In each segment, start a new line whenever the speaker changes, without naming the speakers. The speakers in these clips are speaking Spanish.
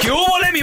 ¿Qué hubo, le, mi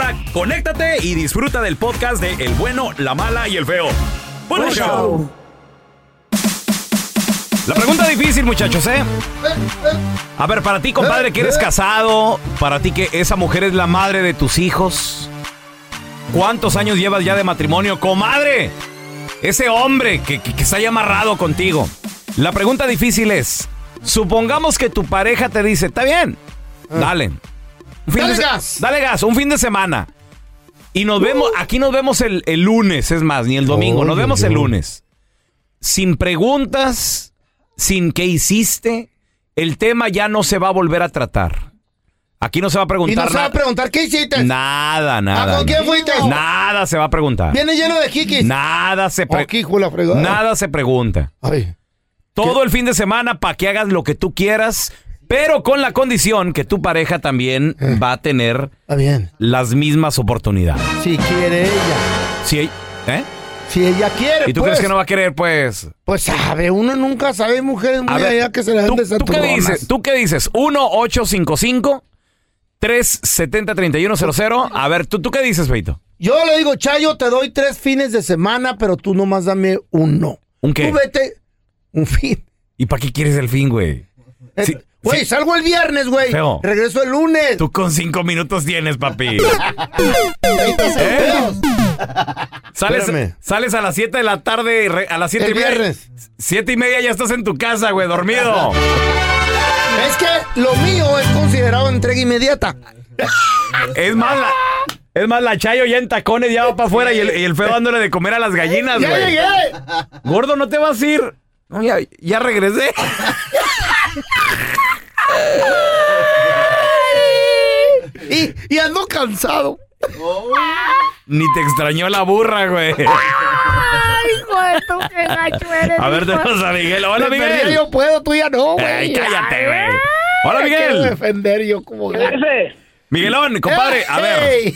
conéctate y disfruta del podcast de El bueno, la mala y el feo. Buen
Buen
show. La pregunta difícil, muchachos, ¿eh? A ver, para ti, compadre, que eres casado, para ti que esa mujer es la madre de tus hijos, ¿cuántos años llevas ya de matrimonio, comadre? Ese hombre que, que- que está ahí amarrado contigo. La pregunta difícil es, supongamos que tu pareja te dice, está bien, dale. Un fin
Ah. Dale
de se-
gas. Uh.
Dale gas, un fin de semana. Y nos vemos, aquí nos vemos el, el lunes, es más, ni el domingo, nos
Oye,
vemos
yo.
el lunes. Sin preguntas, sin qué hiciste, el tema ya no se va a volver a tratar. Aquí no se va a
Y
preguntar
nos va a
nada.
preguntar, ¿qué hiciste?
Nada,
¿A
nada.
con quién
nada.
fuiste?
Nada se va a preguntar.
Viene lleno de jiquis.
Ah. Nada se pre-
Aquí, hijo de la fregada.
nada se pregunta.
Ay.
Todo el fin de semana para que hagas lo que tú quieras, pero con la condición que tu pareja también
Eh.
va a tener
Está bien.
las mismas oportunidades.
Si quiere ella.
Si hay- ¿eh?
Si ella quiere.
¿Y tú
pues,
crees que no va a querer, pues?
Pues sabe, uno nunca sabe. Hay mujeres muy
A ver,
allá que se las
¿tú,
dan de
tú qué dices? ¿Tú qué dices? 1-855-370-3100. A ver, ¿tú, ¿tú qué dices, Feito?
Yo le digo, Chayo, te doy tres fines de semana, pero tú nomás dame uno.
¿Un qué?
Tú vete un fin.
¿Y para qué quieres el fin, güey?
Eh,
Sí,
Güey,
sí.
salgo el viernes, güey.
Feo.
Regreso el lunes.
Tú con cinco minutos tienes, papi. ¿Eh?
Feos.
sales,
Espérame.
sales a las 7 de la tarde, y re- a las 7
El
y media.
viernes.
7 y media ya estás en tu casa, güey, dormido.
Es que lo mío es considerado entrega inmediata.
es más, la, es más, la Chayo ya en tacones, ya va para afuera y el, y el feo dándole de comer a las gallinas,
¡Ya
güey.
llegué!
Gordo, no te vas a ir. No, ya, ya regresé.
Y, y ando cansado.
Ni te extrañó la burra, güey. A ver, tenemos a Miguel. Hola,
Me perdí,
Miguel.
Yo puedo, tú ya no, güey.
Ay, cállate, güey. Hola,
Me quiero
Miguel.
defender yo como...
Miguelón, compadre, a ver.
Ey.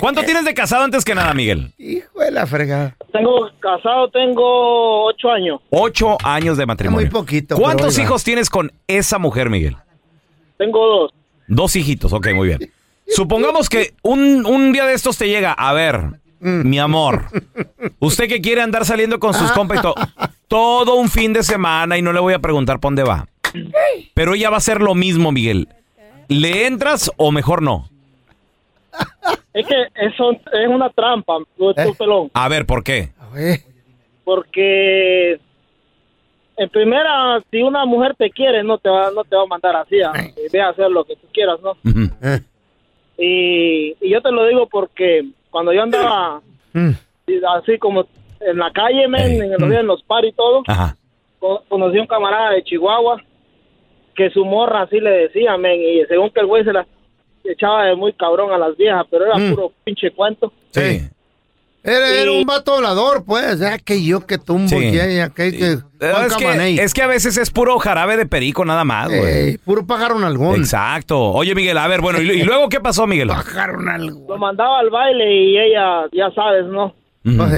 ¿Cuánto tienes de casado antes que nada, Miguel?
Hijo de la fregada.
Tengo casado, tengo ocho años.
Ocho años de matrimonio.
Muy poquito, pero
¿Cuántos
ahí va.
hijos tienes con esa mujer, Miguel?
Tengo dos.
Dos hijitos, ok, muy bien. Supongamos que un, un día de estos te llega, a ver,
Mm.
mi amor, usted que quiere andar saliendo con sus compas y todo, todo un fin de semana y no le voy a preguntar por dónde va. Pero ella va a hacer lo mismo, Miguel. ¿Le entras o mejor no?
Es que eso es una trampa, tú, tú,
¿Eh?
pelón,
A ver, ¿por qué?
A ver.
porque en primera, si una mujer te quiere, no te va, no te va a mandar así. ¿ah? Ve a hacer lo que tú quieras, ¿no?
Eh.
Y, y yo te lo digo porque cuando yo andaba y así como en la calle, men, en,
Mm.
los, en los par y todo, co- conocí a un camarada de Chihuahua que su morra así le decía, men, y según que el güey se la echaba de muy cabrón a las viejas, pero era puro pinche cuento.
Mm. Sí. Era, era un vato hablador, pues. Ya que yo que tumbo,
Sí.
que, ya que, que
Eh,
Juan
Es
Camaney.
que, es que a veces es puro jarabe de perico nada más, güey.
puro pájaro nalgón.
Exacto. Oye, Miguel, a ver, bueno, ¿y, y luego qué pasó, Miguel?
Lo mandaba al baile y ella, ya sabes, ¿no?
Ujú.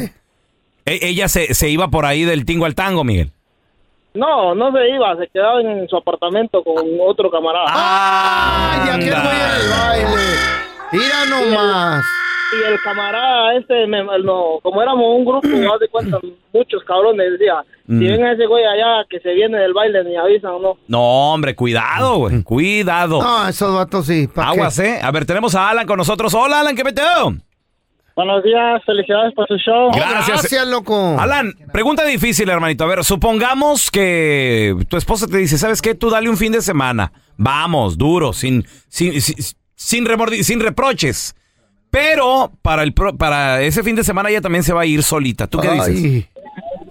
E- ella se, se iba por ahí del tingo al tango, Miguel.
No, no se iba, se quedaba en su apartamento con otro camarada.
¡Ay, ya que voy al baile! ¡Mira nomás!
Y el camarada este, me- no, como éramos un grupo,
Mm.
haz de cuenta, muchos cabrones, decía, si
Mm.
ven a ese güey allá que se viene del baile, ni avisan, ¿no?
No, hombre, cuidado, güey. Cuidado.
No, esos vatos sí. ¿pa' qué?
Aguas, ¿eh? A ver, tenemos a Alan con nosotros. Hola, Alan, ¿qué peteo?
Buenos días, felicidades por su show.
Gracias.
Gracias, loco.
Alan, pregunta difícil, hermanito. A ver, supongamos que tu esposa te dice, ¿sabes qué? Tú dale un fin de semana. Vamos, duro, sin, sin, sin, sin remordi- sin reproches. Pero para, el pro- para ese fin de semana ella también se va a ir solita. ¿Tú qué dices?
Ay.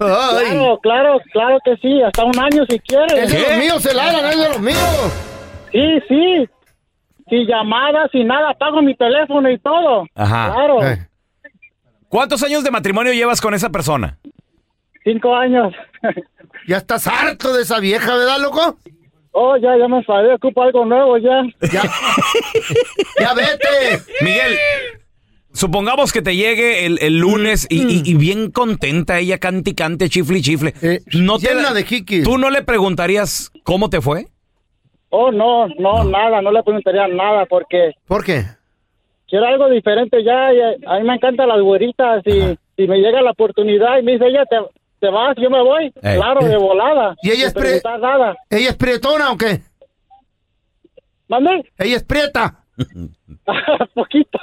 Ay.
Claro, claro, claro que sí, hasta un año si
Es
quieres.
de
¿Qué?
los míos, el Alan, es de los míos.
Sí, sí, sin llamadas, sin nada, pago mi teléfono y todo.
Ajá.
Claro,
Eh,
¿Cuántos años de matrimonio llevas con esa persona?
cinco años.
Ya estás harto de esa vieja, ¿verdad, loco?
oh, ya, ya me sabía, ocupo algo nuevo ya.
Ya, ya vete.
Miguel, supongamos que te llegue el, el lunes y, y- y bien contenta ella, cante y cante, chifle y chifle.
Eh, llena de jiquis.
¿Tú no le preguntarías cómo te fue?
Oh, no, no, nada, no le preguntaría nada porque
¿Por qué?
quiero algo diferente ya. y eh, a a mí me encantan las güeritas y si me llega la oportunidad y me dice ella, te, te vas, yo me voy.
Ey.
Claro, de volada.
Y ella
Sin
es pre-
preguntar nada.
¿Ella es prietona o qué?
¿Mande?
Ella es prieta.
Poquito.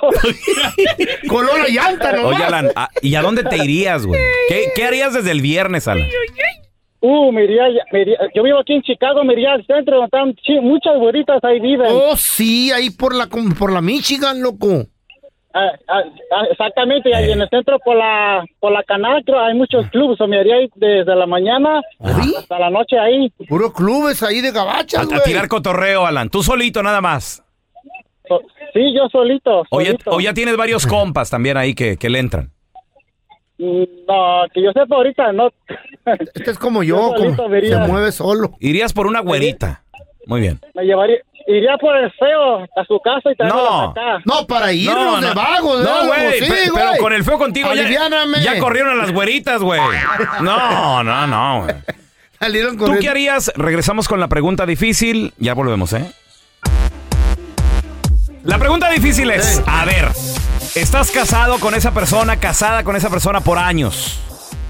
Color a llanta, ¿no?
Oye, Alan, ¿a- ¿y a dónde te irías, güey? ¿Qué, qué harías desde el viernes, Alan?
Uh, me iría, ya- me iría- yo vivo aquí en Chicago, me iría al centro, donde están chi- muchas güeritas ahí viven.
Oh, sí, ahí por la, com- por la Michigan, loco.
Ah, ah, ah, exactamente, y ahí en el centro por la, por la canal, creo, hay
Ah.
muchos clubes, o me iría ahí desde la mañana
Uy.
hasta la noche ahí.
Puros clubes ahí de
A,
gabachas,
a
güey.
tirar cotorreo, Alan. Tú solito nada más.
So- sí, yo solito.
O ya,
solito.
o ya tienes varios compas también ahí que, que le entran.
Mm, No, que yo sepa ahorita, no.
Este es como yo,
Yo solito
como se
vería.
mueve solo.
Irías por una güerita. Muy bien.
Me llevaría, iría por el feo a su casa y
No.
traerlo para acá.
No, para irnos de vagos,
no, güey. pe- pero con el feo contigo ya,
Aliviáname.
ya corrieron a las güeritas, güey. No, no, no, güey.
Salieron
¿Tú
corriendo.
qué harías? Regresamos con la pregunta difícil. Ya volvemos, ¿eh? La pregunta difícil es, a ver, estás casado con esa persona, casada con esa persona por años.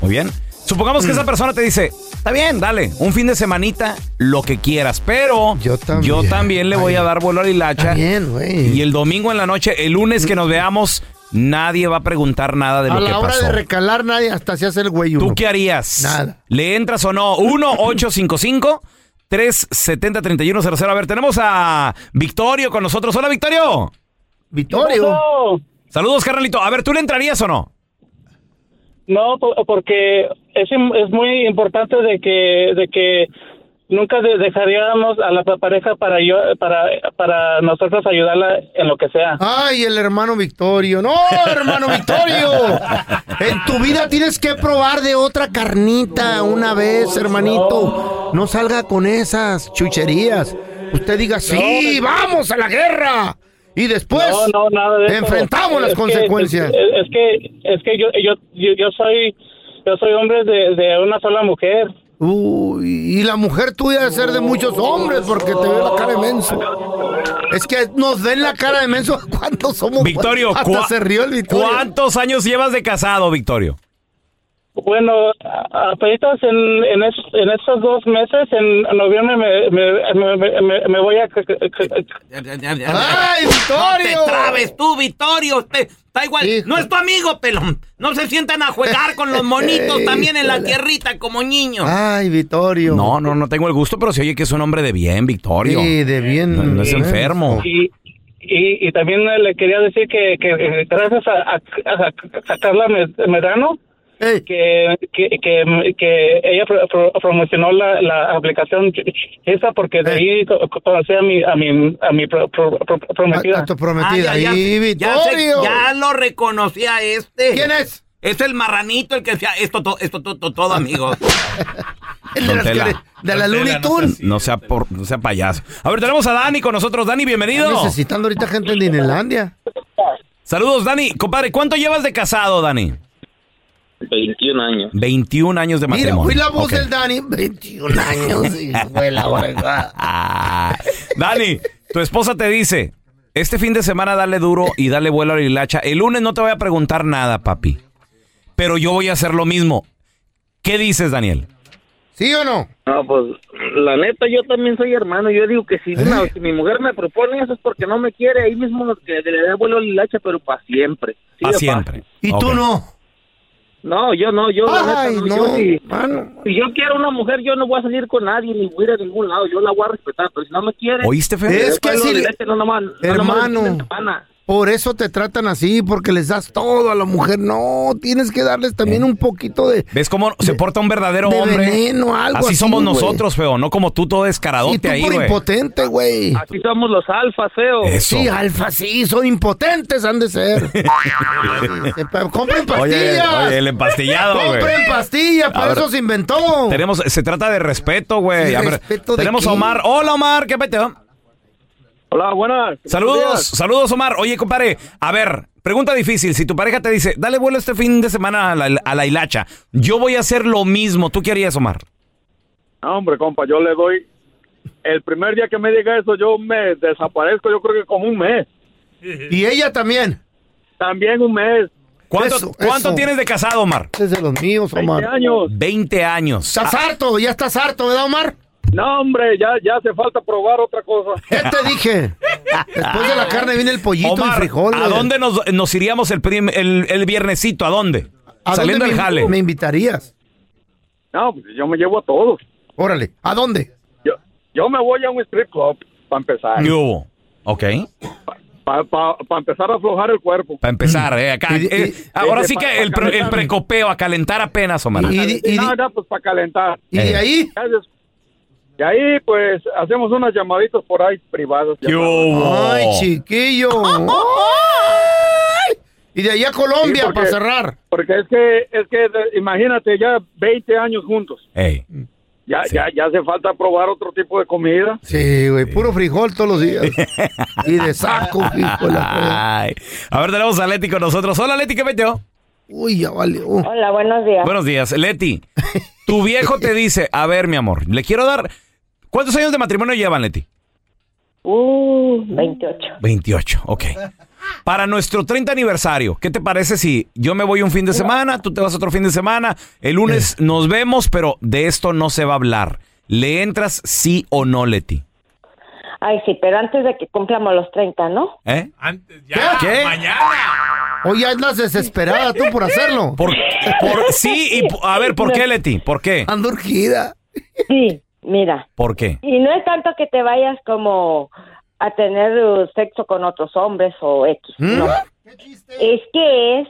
Muy bien. Supongamos
Mm.
que esa persona te dice, está bien, dale, un fin de semanita, lo que quieras, pero
Yo también.
también le voy a dar vuelo a la hilacha.
Está bien, güey.
Y el domingo en la noche, el lunes que nos veamos, nadie va a preguntar nada de
a
lo que
la hora
pasó.
de recalar nadie hasta se hace el güey uno.
¿Tú qué harías?
Nada.
¿Le entras o no? 1-855-370-3100. A ver, tenemos a Victorio con nosotros. Hola, Victorio.
Vittorio.
No,
Saludos, carnalito. A ver, ¿tú le entrarías o no?
no, po- porque es, im- es muy importante de que, de que nunca de- dejaríamos a la pa- pareja para yo, para, para nosotros ayudarla en lo que sea.
Ay, el hermano Victorio. No, hermano Victorio. En tu vida tienes que probar de otra carnita una vez, hermanito. No salga con esas chucherías. Usted diga, sí, vamos a la guerra. Y después
no, no, nada de eso.
Pues, enfrentamos las
Es que-
consecuencias.
es, es que, es que yo, yo, yo, yo soy, yo soy hombre de, de una sola mujer.
Uy, y la mujer tuya debe ser de muchos hombres porque te ve la cara de menso. Es que nos ven la cara de menso. ¿Cuántos somos?
Victorio,
hasta
¿cua-
se rió el Victorio.
¿cuántos años llevas de casado, Victorio?
Bueno, a- apenas en, en, es- en estos dos meses, en noviembre, me, me, me- me- me- me voy a... Ah.
¡Ay, Victorio!
tú, Victorio! Usted Da igual. No es tu amigo, pelón. No se sientan a jugar con los monitos también en la
Híjole.
tierrita como niños.
Ay, Vittorio.
No, no, no tengo el gusto, pero se oye que es un hombre de bien, Victorio.
Sí, de bien.
No, no es
bien.
enfermo.
Y, y, y también eh, le quería decir que, que, eh, gracias a, a, a- a Carla Med- Medrano,
Ey,
que, que, que, que ella pro- pro- promocionó la, la aplicación esa porque de ahí co- co- conocí a mi, a mi, a mi pro- pro- pro-
a,
prometida.
a tu prometida.
Ah, ya, ya,
y
ya sé-
Vittorio.
ya lo reconocí a este.
¿Quién es?
Es el marranito el que sea esto, to- esto, to- to- todo, amigo.
El de, las
Tela.
que- de la Looney Tunes.
No sea, por, no sea payaso. A ver, tenemos a Dani con nosotros. Dani, bienvenido.
Están Necesitando ahorita gente en Dinelandia.
Saludos, Dani. Compadre, ¿cuánto llevas de casado, Dani?
21 años.
21 años de
Mira,
matrimonio.
fui la voz
Ok.
del Dani. 21 años y fue la verdad.
Ah, Dani, tu esposa te dice, este fin de semana dale duro y dale vuelo a la hilacha. El lunes no te voy a preguntar nada, papi. Pero yo voy a hacer lo mismo. ¿Qué dices, Daniel?
¿Sí o no?
No, pues la neta, yo también soy hermano. Yo digo que si,
¿Eh?
una- si mi mujer me propone eso es porque no me quiere. Ahí mismo que le dé vuelo la hacha, pero para siempre. Sí,
a
pa-
siempre.
¿Y
Ok.
tú no?
No, yo no, yo la neta,
Ay,
no,
no,
yo sí.
mano.
Si yo quiero una mujer, yo no voy a salir con nadie ni voy a ir a ningún lado. Yo la voy a respetar, pero si no me quiere,
¿Oíste, Fede?
Es que
vuelo
así-
de leche, no nomás- no nomás
Hermano.
el fin de semana.
Por eso te tratan así, porque les das todo a la mujer. No, tienes que darles también un poquito de...
¿Ves cómo se porta un verdadero
de
hombre?
veneno, algo
así,
así,
somos
güey.
nosotros, feo, no como tú todo
Y
descaradote
tú
ahí,
por
güey.
impotente, güey.
Aquí somos los alfas, feo.
Eso.
Sí, alfa, sí, son impotentes, han de ser. Sepa- Compren
Oye,
pastillas.
oye, el empastillado, güey.
Compren pastillas,
A
para
ver.
eso se inventó.
Tenemos, se trata de respeto, güey.
¿El
A ver,
respeto de
tenemos a
qué?
Omar. Hola, Omar, ¿qué peteo?
Hola, buenas.
Saludos, saludos, Omar. Oye, compadre, a ver, pregunta difícil. Si tu pareja te dice, dale vuelo este fin de semana a la, a la hilacha, yo voy a hacer lo mismo. ¿Tú qué harías, Omar?
No, hombre, compa, yo le doy. El primer día que me diga eso, yo me desaparezco, yo creo que como un mes.
Y ella también.
También un mes,
¿Cuánto,
Eso,
cuánto
eso.
tienes de casado, Omar?
Ese Es de los míos,
20
Omar.
años.
20 años.
Estás harto, ya estás harto, ¿verdad, Omar?
No, hombre, ya, ya hace falta probar otra cosa.
¿Qué te dije? Después de la carne viene el pollito y
Ah, Omar,
frijoles.
¿a dónde nos, nos iríamos el, prim- el, el viernesito? ¿A dónde?
¿A dónde
Saliendo
me,
del jale.
me invitarías?
No, pues yo me llevo a todos.
Órale, ¿a dónde?
Yo, yo me voy a un strip club para empezar.
¿Qué hubo? Ok.
Para empezar a aflojar el cuerpo.
Para empezar, eh, acá.
Mm. Y- y-
eh,
y-
ahora
y-
sí
pa-
que
pa-
el, pre- el
calentar.
precopeo, a calentar apenas, Omar.
Y, di- y di-
No, no, pues para calentar.
y
Eh.
de ahí,
Ya des- Y ahí, pues, hacemos unas llamaditas por ahí privadas.
¿Qué hubo?
ay, chiquillo. Ay. Y de ahí a Colombia
Sí, porque-
para cerrar.
Porque es que, es que, de- imagínate, ya 20 años juntos.
Ey.
Ya,
Sí.
ya, ya hace falta probar otro tipo de comida.
Sí, güey, puro frijol todos los días. y de saco, hijo de la
Ay. A ver, tenemos a Leti con nosotros. Hola, Leti, ¿qué metió?
Uy, ya valió. Uh.
Hola, buenos días.
Buenos días, Leti. Tu viejo te dice, a ver, mi amor, le quiero dar... ¿Cuántos años de matrimonio llevan, Leti?
Uh, 28.
28, ok. Para nuestro 30 aniversario, ¿qué te parece si yo me voy un fin de semana, tú te vas otro fin de semana, el
Eh.
lunes nos vemos, pero de esto no se va a hablar? ¿Le entras sí o no, Leti?
Ay, sí, pero antes de que cumplamos los 30, ¿no?
¿Eh?
Antes, ya,
¿Qué?
mañana.
Oye, andas desesperada tú por hacerlo.
¿Por, por- sí y... po- A ver, ¿por qué, Leti? ¿Por qué?
Ando urgida.
Sí, mira.
¿Por qué?
Y no es tanto que te vayas como a tener eh, sexo con otros hombres o X,
¿Mm?
no. Es que es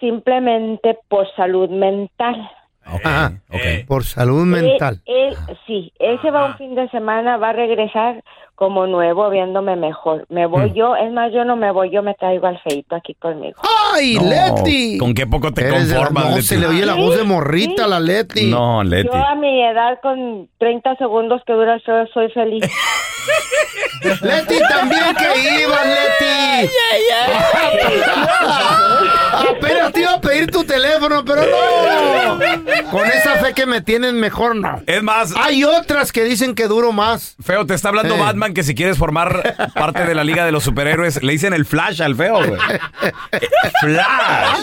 simplemente por salud mental.
Ok,
Ajá.
ok.
Por salud mental.
Él, él- sí, él se va un fin de semana, va a regresar como nuevo, viéndome mejor. Me voy
Mm.
yo, es más, yo no me voy, yo me traigo al feito aquí conmigo.
¡Ay,
No,
Leti!
¿Con qué poco te
Eres de las-
conformas,
no,
Leti?
se le oye la voz de morrita a la Leti.
No, Leti.
Yo a mi edad, con 30 segundos que dura el show, soy feliz.
Leti también que iba, Leti. Apenas te iba a pedir tu teléfono, pero no. Con esa fe que me tienen, mejor no.
Es más,
Hay otras que dicen que duro más.
feo, te está hablando
Eh.
Batman que si quieres formar parte de la Liga de los Superhéroes, le dicen el Flash al feo, güey. Flash.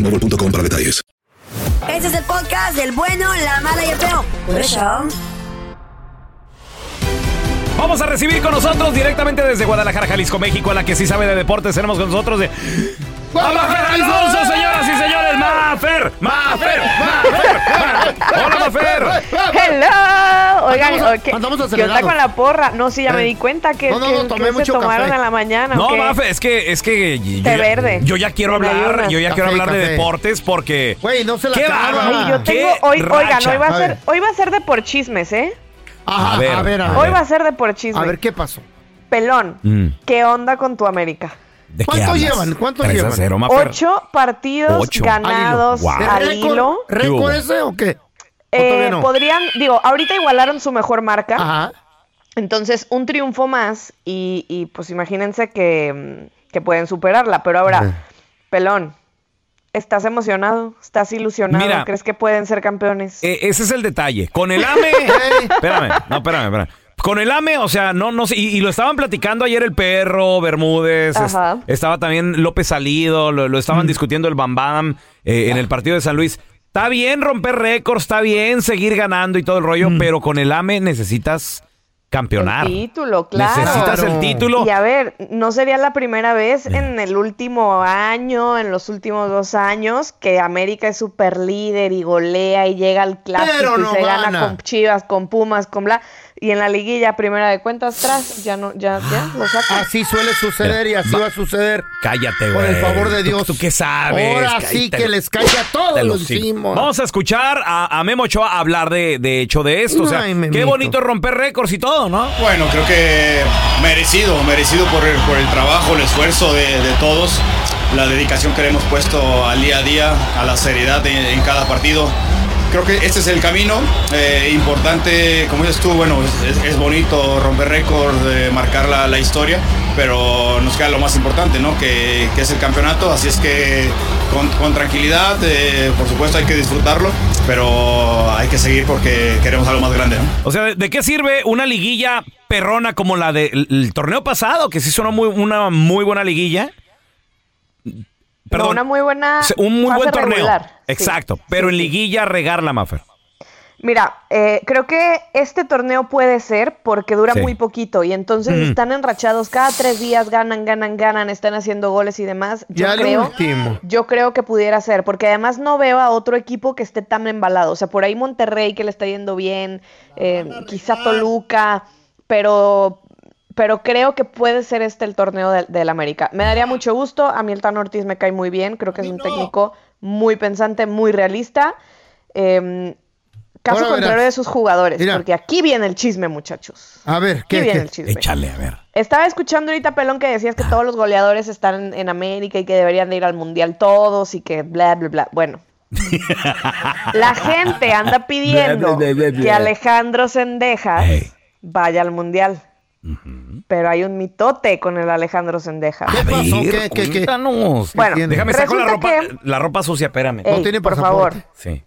Mobile.com para detalles.
Este es el podcast del bueno, la mala y el feo. Por eso.
Vamos a recibir con nosotros directamente desde Guadalajara, Jalisco, México, a la que sí sabe de deportes. Tenemos con nosotros de. ¡Mafer Alfonso, señoras y señores! ¡Mafer! ¡Mafer! ¡Mafer! ¡Mafer! ¡Hola, Mafer!
Hello, oigan,
Andamos-
o- ¿qué,
andamos
qué
acelerados.
onda con la porra? No, sí, ya me
Eh.
di cuenta que,
No, no,
que-
no, tomé
que
mucho
se tomaron
café.
en la mañana. ¿o
No,
qué?
Mafe, es que, es que yo,
Té
ya-
verde.
yo ya quiero
Con
hablar,
ayunas.
yo ya quiero
Café,
hablar de
café.
deportes porque.
Güey, no se la
¡Qué
acaba.
bárbaro!
Ay, yo
¿Qué
tengo, hoy, oigan,
racha?
hoy va, a
A
ser,
ver.
hoy va a ser de por chismes, ¿eh?
Ajá,
A ver,
a ver, a
a
ver.
Hoy va a ser de por chismes.
A ver, ¿qué pasó?
Pelón,
Mm.
¿qué onda con tu América?
¿De qué
¿Cuánto
hablas?
llevan? ¿Cuánto
Tres a
llevan?
cero, Mafer.
Ocho partidos
Ocho. Al hilo.
ganados
Wow.
al
¿De récord?
hilo.
¿Qué hubo?
¿Récord ese o qué? ¿O
Eh,
todavía no?
Podrían, digo, ahorita igualaron su mejor marca.
Ajá.
Entonces, un triunfo más y, y, pues imagínense que, mm, que pueden superarla. Pero ahora,
Ajá.
pelón, ¿estás emocionado? ¿Estás ilusionado?
Mira.
¿Crees que pueden ser campeones?
Eh, ese es el detalle. Con el AME. espérame, no, espérame, espérame. Con el AME, o sea, no, no sé. Y, y lo estaban platicando ayer el perro, Bermúdez. es-
Ajá.
estaba también López Salido. Lo, lo estaban discutiendo el Bambam eh, en el partido de San Luis. Está bien romper récords, está bien seguir ganando y todo el rollo, pero con el AME necesitas campeonar.
El título, claro.
Ah, Necesitas el
Claro.
título.
Y a ver, no sería la primera vez en el último año, en los últimos dos años, que América es super líder y golea y llega al clásico
Pero no
y se
gana.
gana con Chivas, con Pumas, con bla. Y en la liguilla, primera de cuentas, tras, ya no, ya,
Ah,
ya, lo saca.
Ah, Así suele suceder y así
Va-
va a suceder.
Cállate, güey.
Por el favor de
¿Tú-
Dios.
¿Tú, qué sabes?
Ahora sí
Cállate,
que les caiga a todos
te lo
los
sigo.
hicimos.
Vamos a escuchar a, a Memo Ochoa hablar de, de hecho de esto. o sea,
Ay,
qué
Memito.
bonito romper récords y todo, ¿no?
Bueno, creo que merecido, merecido por el, por el trabajo, el esfuerzo de, de todos, la dedicación que le hemos puesto al día a día, a la seriedad en, en cada partido. Creo que este es el camino eh, importante, como dices tú, bueno, es, es bonito romper récord, eh, marcar la, la historia, pero nos queda lo más importante, ¿no? Que, que es el campeonato, así es que con, con tranquilidad, eh, por supuesto hay que disfrutarlo, pero hay que seguir porque queremos algo más grande, ¿no?
O sea, ¿de, de qué sirve una liguilla perrona como la del el torneo pasado? Que sí sonó muy, una muy buena liguilla. Perdón.
Una muy buena.
Se- un muy
fase
buen torneo.
regular. Sí,
Exacto.
sí,
pero en
sí.
liguilla regarla, Mafer.
Mira, eh, creo que este torneo puede ser porque dura
Sí. Mm.
muy poquito y entonces están enrachados cada tres días, ganan, ganan, ganan, están haciendo goles y demás. Yo
Ya lo
creo,
último.
yo creo que pudiera ser, porque además no veo a otro equipo que esté tan embalado. O sea, por ahí Monterrey que le está yendo bien, eh, quizá Toluca, pero, pero creo que puede ser este el torneo del, del América. Me daría mucho gusto, a mí el Tan Ortiz me cae muy bien, creo que es un técnico muy pensante, muy realista. Eh, caso
Ahora verás.
contrario de sus jugadores,
Mira.
porque aquí viene el chisme, muchachos.
A ver,
Aquí
¿qué?
viene
qué?
el chisme.
Échale, a ver.
Estaba escuchando ahorita, Pelón, que decías que todos los goleadores están en, en América y que deberían de ir al Mundial todos y que bla, bla, bla. Bueno. La gente anda
Bla,
pidiendo
bla, bla, bla, bla.
que Alejandro Sendejas
Ey.
vaya al Mundial. pero hay un mitote con el Alejandro Sendeja.
A ver, cuéntanos.
Bueno,
déjame saco la ropa,
resulta
la ropa sucia, espérame.
Ey, No tiene por pasaporte. favor.
Sí.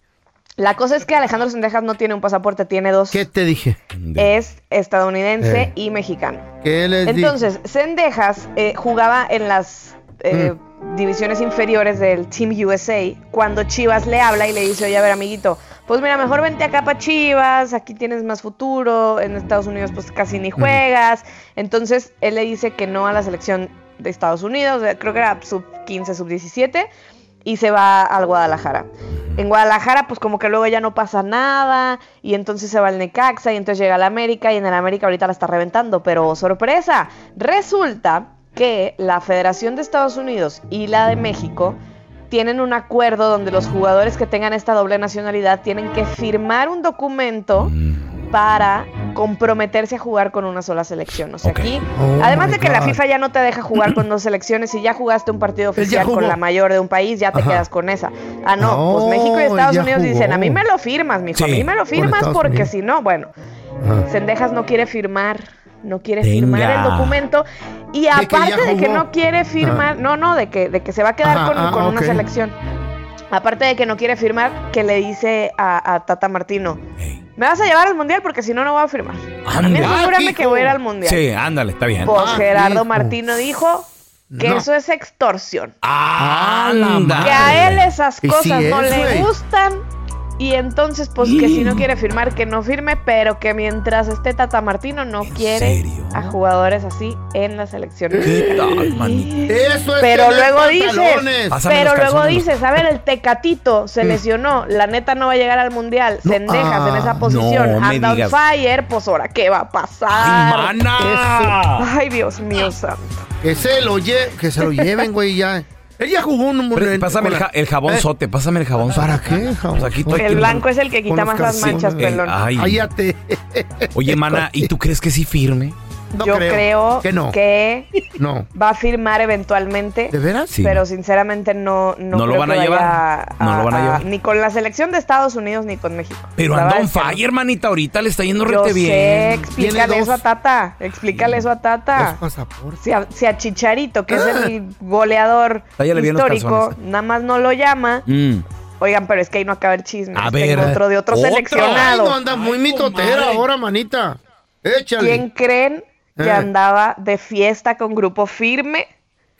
La cosa es que Alejandro Sendejas no tiene un pasaporte, tiene dos.
¿Qué te dije?
Es estadounidense
Eh.
y mexicano.
¿Qué les dije?
Entonces, Sendejas eh, jugaba en las eh,
Mm.
divisiones inferiores del Team USA cuando Chivas le habla y le dice, oye, a ver, amiguito, pues mira, mejor vente acá para Chivas, aquí tienes más futuro, en Estados Unidos pues casi
Mm.
ni juegas. Entonces, él le dice que no a la selección de Estados Unidos, eh, creo que era sub 15, sub 17, y se va al Guadalajara. En Guadalajara, pues como que luego ya no pasa nada, y entonces se va al Necaxa, y entonces llega al América, y en el América ahorita la está reventando, pero sorpresa, resulta que la Federación de Estados Unidos y la de México tienen un acuerdo donde los jugadores que tengan esta doble nacionalidad tienen que firmar un documento para comprometerse a jugar con una sola selección. O sea, aquí,
Oh
además
my
de que la
God.
FIFA ya no te deja jugar con dos selecciones, si ya jugaste un partido
ya
oficial con
jugó.
la mayor de un país, ya te
Ajá.
quedas con esa. Ah, no,
No,
pues México y Estados
ya
Unidos dicen,
jugó.
a mí me lo firmas, mijo, a
Sí,
mí me lo
con
firmas
Estados
porque
Unidos.
si no, bueno, Sendejas no quiere firmar, no quiere firmar
Tenga.
el documento y
ya
aparte de que
jugó.
no quiere firmar,
Ah.
no, no, de que, de que se va a quedar
Ajá,
con,
ah,
con una
ok.
selección. Aparte de que no quiere firmar, que le dice a, a Tata Martino, me vas a llevar al Mundial porque si no, no voy a firmar. A mí
Ándale.
Ah,
asegúrame que voy a ir al Mundial.
Sí, ándale, está bien. Ah,
Pues Gerardo Martino dijo que
No.
eso es extorsión.
Ándale.
Que a él esas
Y
cosas
sí
no
es,
le
güey.
gustan. Y entonces, pues que si
Mm.
no quiere firmar, que no firme, pero que mientras esté Tata Martino no quiere a jugadores así en la selección.
¿Qué tal, manito?
Eso es
pero
tener
luego
pantalones.
dices,
Pásame
pero
los
luego
calzones.
dices, a ver, el Tecatito se
Mm.
lesionó, la neta no va a llegar al Mundial,
No,
Sendejas en
ah,
esa posición,
no me
anda on
digas.
fire, pues ahora, ¿qué va a pasar?
¡Ay, mana!
Ay, Dios mío, santo.
Que se lo, lle- que se lo lleven, güey, ya. Él ya jugó un...
Pre- Pásame el, ja- el jabón
Eh.
sote, pásame el Pues jabón ¿Para
qué?
El blanco es el que quita más las manchas, pelón.
Cállate.
Eh, Oye, mana, ¿y tú crees que sí firme?
Yo creo,
que no.
que
No.
va a firmar eventualmente.
¿De veras? Sí.
Pero sinceramente no, no,
¿No lo
creo
van
que
a
vaya
llevar?
a-
¿No lo van a llevar?
Ni con la selección de Estados Unidos ni con México.
Pero anda
La verdad
un
es que no.
fire, manita, ahorita le está yendo
Yo
rete
sé,
bien.
explícale eso a Tata. Explícale eso a Tata. Si a, si a Chicharito, que es el goleador
Tállale bien los
histórico,
calzones.
nada más no lo llama.
Mm.
Oigan, pero es que ahí no acaba el chisme.
A
Les tengo
ver.
otro de otro,
¿Otro?
Ay,
seleccionado.
no andas muy mitotera ahora, manita. Échale.
¿Quién creen que
Eh.
andaba de fiesta con grupo firme?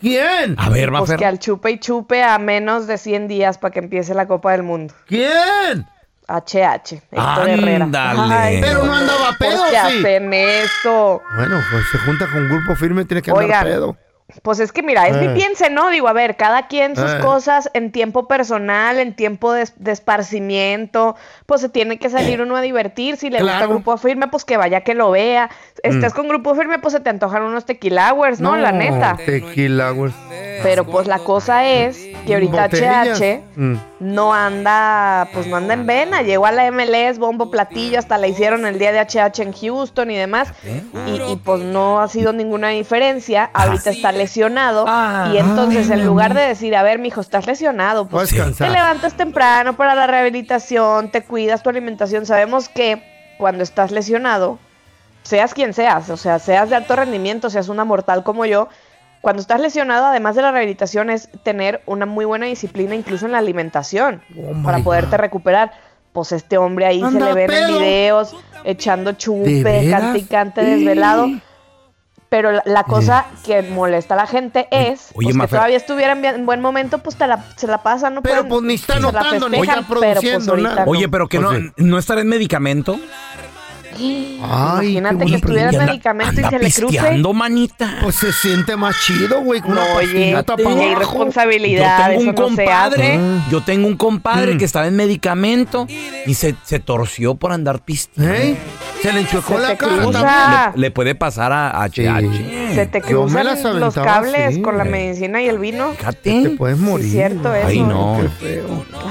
¿Quién?
A ver,
Pues
Mafer.
que al chupe y chupe a menos de 100 días para que empiece la Copa del Mundo.
¿Quién?
HH, Héctor Herrera.
Ándale.
Pero no andaba
¿por
pedo,
qué
sí?
hacen eso?
Bueno, pues se junta con un grupo firme, tiene que andar
Oigan,
pedo.
Pues es que mira, es
Eh.
mi piense, ¿no? Digo, a ver, cada quien sus
Eh.
cosas en tiempo personal, en tiempo de, de esparcimiento, pues se tiene que salir uno a divertir, si le gusta
Claro.
grupo firme, pues que vaya que lo vea. Estás
Mm.
con grupo firme, pues se te antojan unos tequila hours, pues, ¿no? La neta.
Tequila, güey.
Pero pues la cosa es que ahorita
Botellas.
HH
Mm.
no anda, pues no anda en vena. Llegó a la MLS, bombo, platillo, hasta la hicieron el día de HH en Houston y demás. ¿Eh?
¿Eh?
Y, y, pues no ha sido ninguna diferencia. Ahorita está lesionado.
Ah,
y entonces, en lugar de decir, a ver, mijo, estás lesionado, pues
Vas a descansar.
te levantas temprano para la rehabilitación, te cuidas tu alimentación. Sabemos que cuando estás lesionado, seas quien seas, o sea, seas de alto rendimiento, seas una mortal como yo, cuando estás lesionado, además de la rehabilitación, es tener una muy buena disciplina, incluso en la alimentación, para poderte recuperar. Pues este hombre ahí se
Oh Anda
le ven en
pedo.
videos, echando chupe,
veras?
Ah,
canticante,
Sí.
desvelado. Pero la, la cosa que molesta a la gente es
Oye,
pues, que
Mafer.
todavía estuviera en, bien- en buen momento, pues te la, se la pasan, no Pero pues
ni está
anotando, ni está
produciendo nada.
Oye, pero que no, no estará en medicamento.
Imagínate que estuviera en medicamento y se le cruce.
manita.
Pues se siente más chido, güey, con una
No, oye,
pastillita
qué
para abajo. Ah.
irresponsabilidad,
yo tengo un
eso no se
compadre,
hace.
yo tengo un
Mm.
compadre que estaba en medicamento y se, se torció por andar pisteando.
¿Eh? Se le enchuecó
Se la te cara
Le,
cruza. también.
le puede pasar a, a HH.
Ah,
Se te cruzan los cables con la medicina y el vino.
Fíjate. Te
puedes
morir. cierto eso.
Ay, no.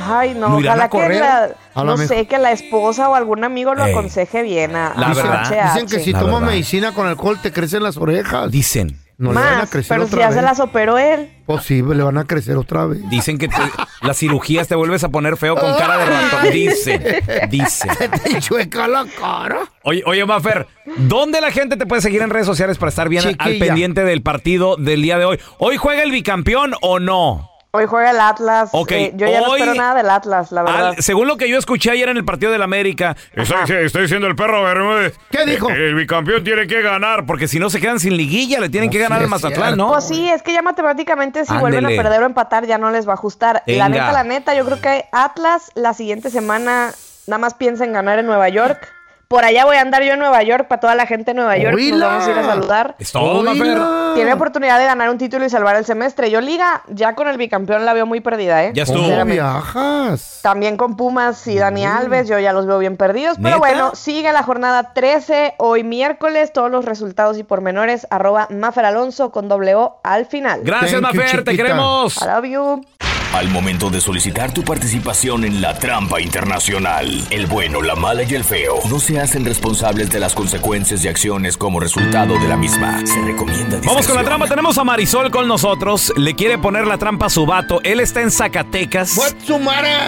Ay, no,
¿Lo irán
ojalá
a correr?
que la,
A lo
no
mejor.
sé, que la esposa o algún amigo lo
Ey.
aconseje bien a, a
Dicen-
HH.
Dicen que si
La
tomas
verdad.
medicina con alcohol te crecen las orejas.
Dicen.
No le van a
más,
crecer
pero si
otra
ya se
vez.
las operó él.
Posible, le van a crecer otra vez.
Dicen que te- las cirugías te vuelves a poner feo con cara de ratón. Dice, dice.
Te chueca la cara.
Oye, oye, Mafer, ¿dónde la gente te puede seguir en redes sociales para estar bien al
Chiquilla.
pendiente del partido del día de hoy? ¿Hoy juega el bicampeón o no?
Hoy juega el Atlas.
Ok,
eh, yo ya no
hoy-
espero nada del Atlas, la verdad.
Al- según lo que yo escuché ayer en el partido del América, Ah. estoy, estoy diciendo el perro Bermúdez.
¿Qué dijo?
El, bicampeón tiene que ganar, porque si no se quedan sin liguilla, le tienen que ganar al Mazatlán, ¿no?
Pues sí, es que ya matemáticamente si vuelven a
Ándele.
perder o empatar ya no les va a ajustar.
Venga.
La neta, la neta, yo creo que Atlas la siguiente semana nada más piensa en ganar en Nueva York. Por allá voy a andar yo en Nueva York para toda la gente de Nueva York. Nos
Oíla.
vamos a ir a saludar.
Es todo, Mafer.
Tiene oportunidad de ganar un título y salvar el semestre. Yo liga ya con el bicampeón la veo muy perdida, ¿eh?
Ya estuvo.
Sinceramente.
viajas?
También con Pumas y Dani Alves, yo ya los veo bien perdidos.
Mm. ¿Neta?
Pero bueno, sigue la jornada 13, hoy miércoles, todos los resultados y pormenores, arroba Mafer Alonso con doble O al final.
Gracias, Thank you, Mafer, te chiquita. queremos.
I love you.
Al momento de solicitar tu participación en la trampa internacional, el bueno, la mala y el feo no se hacen responsables de las consecuencias y acciones como resultado de la misma. Se recomienda
Vamos con la trampa. Tenemos a Marisol con nosotros. Le quiere poner la trampa a su vato. Él está en Zacatecas.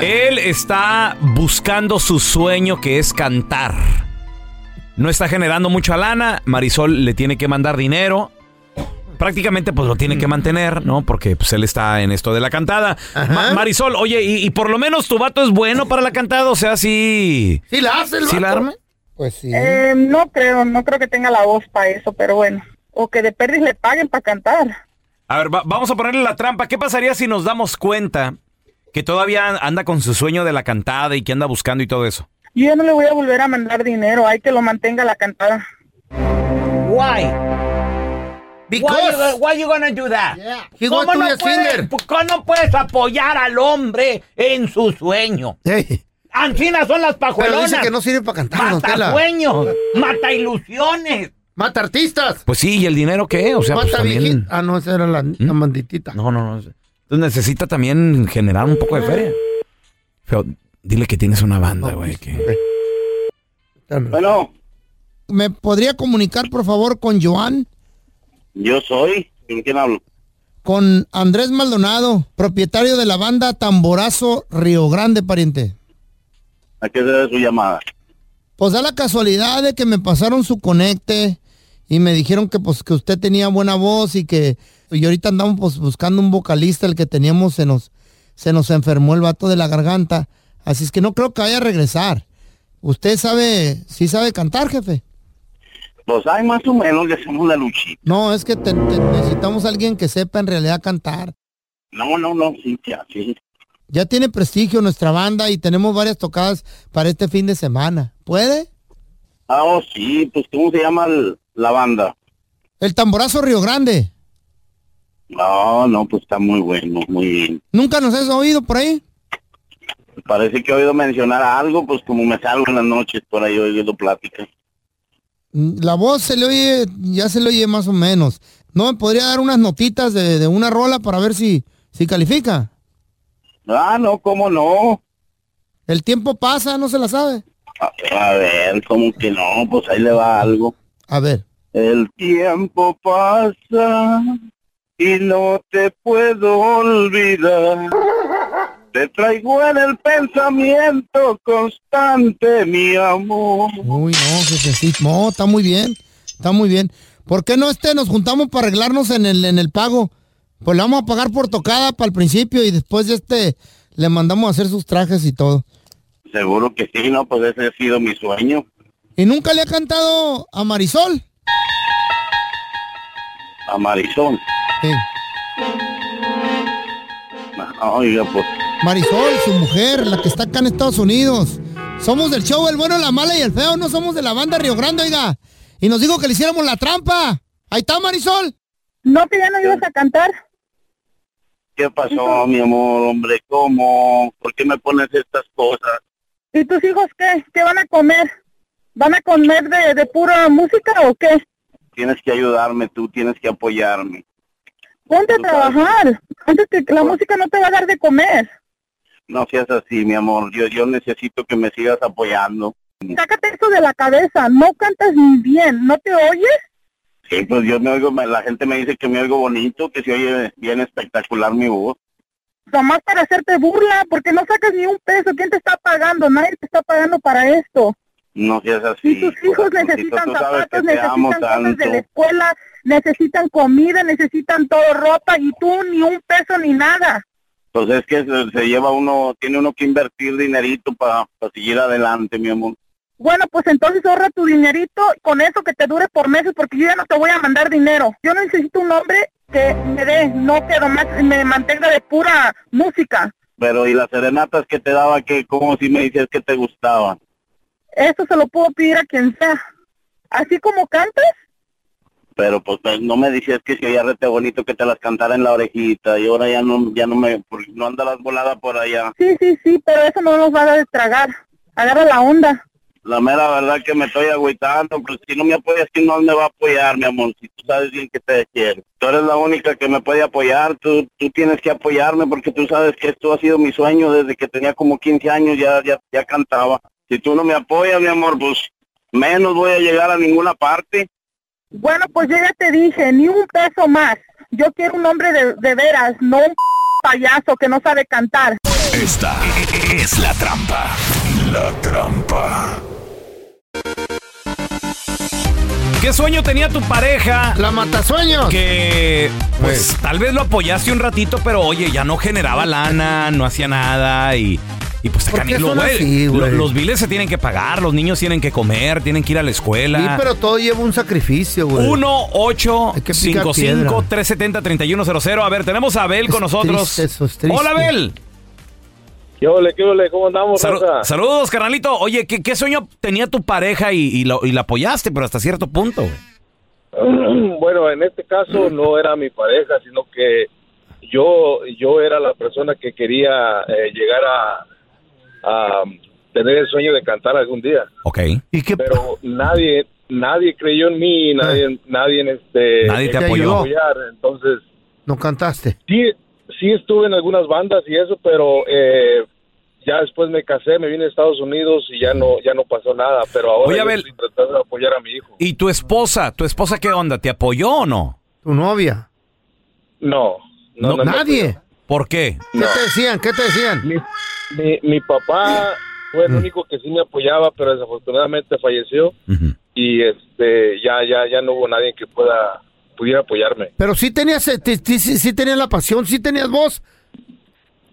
Él está buscando su sueño que es cantar. No está generando mucha lana. Marisol le tiene que mandar dinero. Prácticamente pues lo tiene
Mm.
que mantener, ¿no? Porque pues él está en esto de la cantada. Ma- Marisol, oye, y, y por lo menos tu vato es bueno para la cantada? O sea, sí...
¿Sí la hace el
¿Sí la
vato?
arma?
Pues sí.
Eh, no creo, no creo que tenga la voz para eso, pero bueno. O que de perdiz le paguen para cantar.
A ver, va- vamos a ponerle la trampa. ¿Qué pasaría si nos damos cuenta que todavía an- anda con su sueño de la cantada y que anda buscando y todo eso?
Yo ya no le voy a volver a mandar dinero, hay que lo mantenga la cantada.
Why? Why you, gonna- why you gonna do that?
He
¿Cómo,
want to
no
be
puedes,
a
pues,
singer.
¿Cómo no puedes apoyar al hombre en su sueño? Ancina son las
Pero
pajuelonas.
dice que no sirve para cantar, don
mata
Tela.
sueños, mata ilusiones.
Mata artistas.
Pues sí, ¿y el dinero qué? O sea, pues
Mata
también... ¿Mm?
vieji- Ah, no, esa era la, la manditita.
No, no, no. Entonces necesita también generar un poco de feria. Feo, dile que tienes una banda, güey. que-
Bueno. ¿Me podría comunicar, por favor, con Joan?
Yo soy, ¿con quién hablo?
Con Andrés Maldonado, propietario de la banda Tamborazo Río Grande, pariente.
¿A qué se debe su llamada?
Pues da la casualidad de que me pasaron su conecte y me dijeron que pues que usted tenía buena voz y que y ahorita andamos pues buscando un vocalista, el que teníamos se nos se nos enfermó el vato de la garganta, así es que no creo que vaya a regresar. Usted sabe, sí sabe cantar, jefe.
Pues hay más o menos que hacemos la luchita.
No, es que te- te- necesitamos a alguien que sepa en realidad cantar.
No, no, no, sí, sí, sí.
Ya tiene prestigio nuestra banda y tenemos varias tocadas para este fin de semana. ¿Puede?
Ah, oh, sí, pues ¿cómo se llama el- la banda?
El tamborazo Río Grande.
No, no, pues está muy bueno, muy bien.
¿Nunca nos has oído por ahí?
Parece que he oído mencionar algo, pues como me salgo en las noches por ahí oyendo pláticas.
Mm, La voz se le oye, ya se le oye más o menos. ¿No me podría dar unas notitas de, de una rola para ver si, si califica?
Ah, no, ¿cómo no?
El tiempo pasa, no se la sabe.
A, a ver, ¿cómo que no? Pues ahí le va algo.
A ver.
El tiempo pasa y no te puedo olvidar. Te traigo en el pensamiento constante, mi amor.
Uy, no, jefe, sí. No, está muy bien. Está muy bien. ¿Por qué no este nos juntamos para arreglarnos en el, en el pago? Pues le vamos a pagar por tocada para el principio y después de este le mandamos a hacer sus trajes y todo.
Seguro que sí, ¿no? Pues ese ha sido mi sueño.
¿Y nunca le ha cantado a Marisol?
A Marisol.
Sí.
Oiga, pues,
Marisol, su mujer, la que está acá en Estados Unidos. Somos del show El Bueno, la Mala y el Feo, no somos de la banda Río Grande, oiga. Y nos dijo que le hiciéramos la trampa. Ahí está, Marisol.
No, que ya no ibas a cantar.
¿qué pasó, mi amor? Hombre, ¿cómo? ¿Por qué me pones estas cosas?
¿Y tus hijos qué? ¿Qué van a comer? ¿Van a comer de, de pura música o qué?
Tienes que ayudarme tú, tienes que apoyarme.
Ponte a trabajar. Antes que que la música no te va a dar de comer.
No seas así, mi amor. Yo, yo necesito que me sigas apoyando.
Sácate eso de la cabeza. No cantas ni bien. ¿No te oyes?
Sí, pues yo me oigo, me- la gente me dice que me oigo bonito, que se oye bien espectacular mi voz.
Nomás para hacerte burla, porque no sacas ni un peso. ¿Quién te está pagando? Nadie te está pagando para esto.
No seas así.
Tus hijos
corazoncito,
necesitan
tú sabes que
zapatos,
te amo
necesitan cosas de la
tanto.
escuela, necesitan comida, necesitan todo, ropa, y tú ni un peso ni nada.
Pues es que se, se lleva uno, tiene uno que invertir dinerito para seguir adelante, mi amor.
Bueno, pues entonces ahorra tu dinerito con eso que te dure por meses, porque yo ya no te voy a mandar dinero. Yo necesito un hombre que me dé, no que nomás me mantenga de pura música.
Pero y las serenatas que te daba, que como si me dices que te gustaban.
Eso se lo puedo pedir a quien sea. Así como cantas,
Pero pues pues, no me decías que si oía rete bonito que te las cantara en la orejita y ahora ya no, ya no me, por- no anda las voladas por allá.
sí, sí, sí, pero eso no nos va a dar de tragar. Agarra la onda.
La mera verdad que me estoy agüitando, pero si no me apoyas, ¿quién más me va a apoyar, mi amor? Si tú sabes bien que te quiero. Tú eres la única que me puede apoyar, tú, tú tienes que apoyarme porque tú sabes que esto ha sido mi sueño desde que tenía como 15 años, ya, ya, ya cantaba. Si tú no me apoyas, mi amor, pues menos voy a llegar a ninguna parte.
Bueno, pues yo ya te dije, ni un peso más. Yo quiero un hombre de, de veras, no un payaso que no sabe cantar.
Esta es la trampa. La trampa.
¿Qué sueño tenía tu pareja?
La matasueños.
Que pues tal vez lo apoyaste un ratito, pero oye, ya no generaba lana, no hacía nada y. Y pues está
¿Por qué
canilo,
son
güey.
así, güey?
Lo- Los biles se tienen que pagar, los niños tienen que comer, tienen que ir a la escuela.
Sí, pero todo lleva un sacrificio, güey.
1 8
que picar
55 370 3100 A ver, tenemos a Abel con nosotros.
triste eso, es triste.
Hola, Abel.
¿Qué ole, qué ole? ¿Cómo andamos,
Salu-
raza?
saludos, carnalito. Oye, ¿qué, qué sueño tenía tu pareja y, y la- y la apoyaste, pero hasta cierto punto?
Bueno, en este caso no era mi pareja, sino que yo, yo era la persona que quería eh, llegar a, a tener el sueño de cantar algún día.
Ok.
Pero nadie, nadie creyó en mí, nadie, nadie en este...
Nadie te
me
apoyó.
apoyar, entonces,
No cantaste.
sí, sí estuve en algunas bandas y eso, pero... eh, ya después me casé, me vine a Estados Unidos y ya no ya no pasó nada, pero ahora
Oye,
yo
Abel.
estoy tratando de apoyar a mi hijo.
¿Y tu esposa? ¿Tu esposa qué onda? ¿Te apoyó o no?
¿Tu novia?
No. no, no me
¿Nadie?
¿Por qué?
¿Qué te decían? ¿Qué te decían?
mi, mi papá fue
Mm.
el único que sí me apoyaba, pero desafortunadamente falleció y este ya ya ya no hubo nadie que pueda pudiera apoyarme.
Pero sí tenías, eh, ti- ti- sí, sí tenías la pasión, sí tenías voz.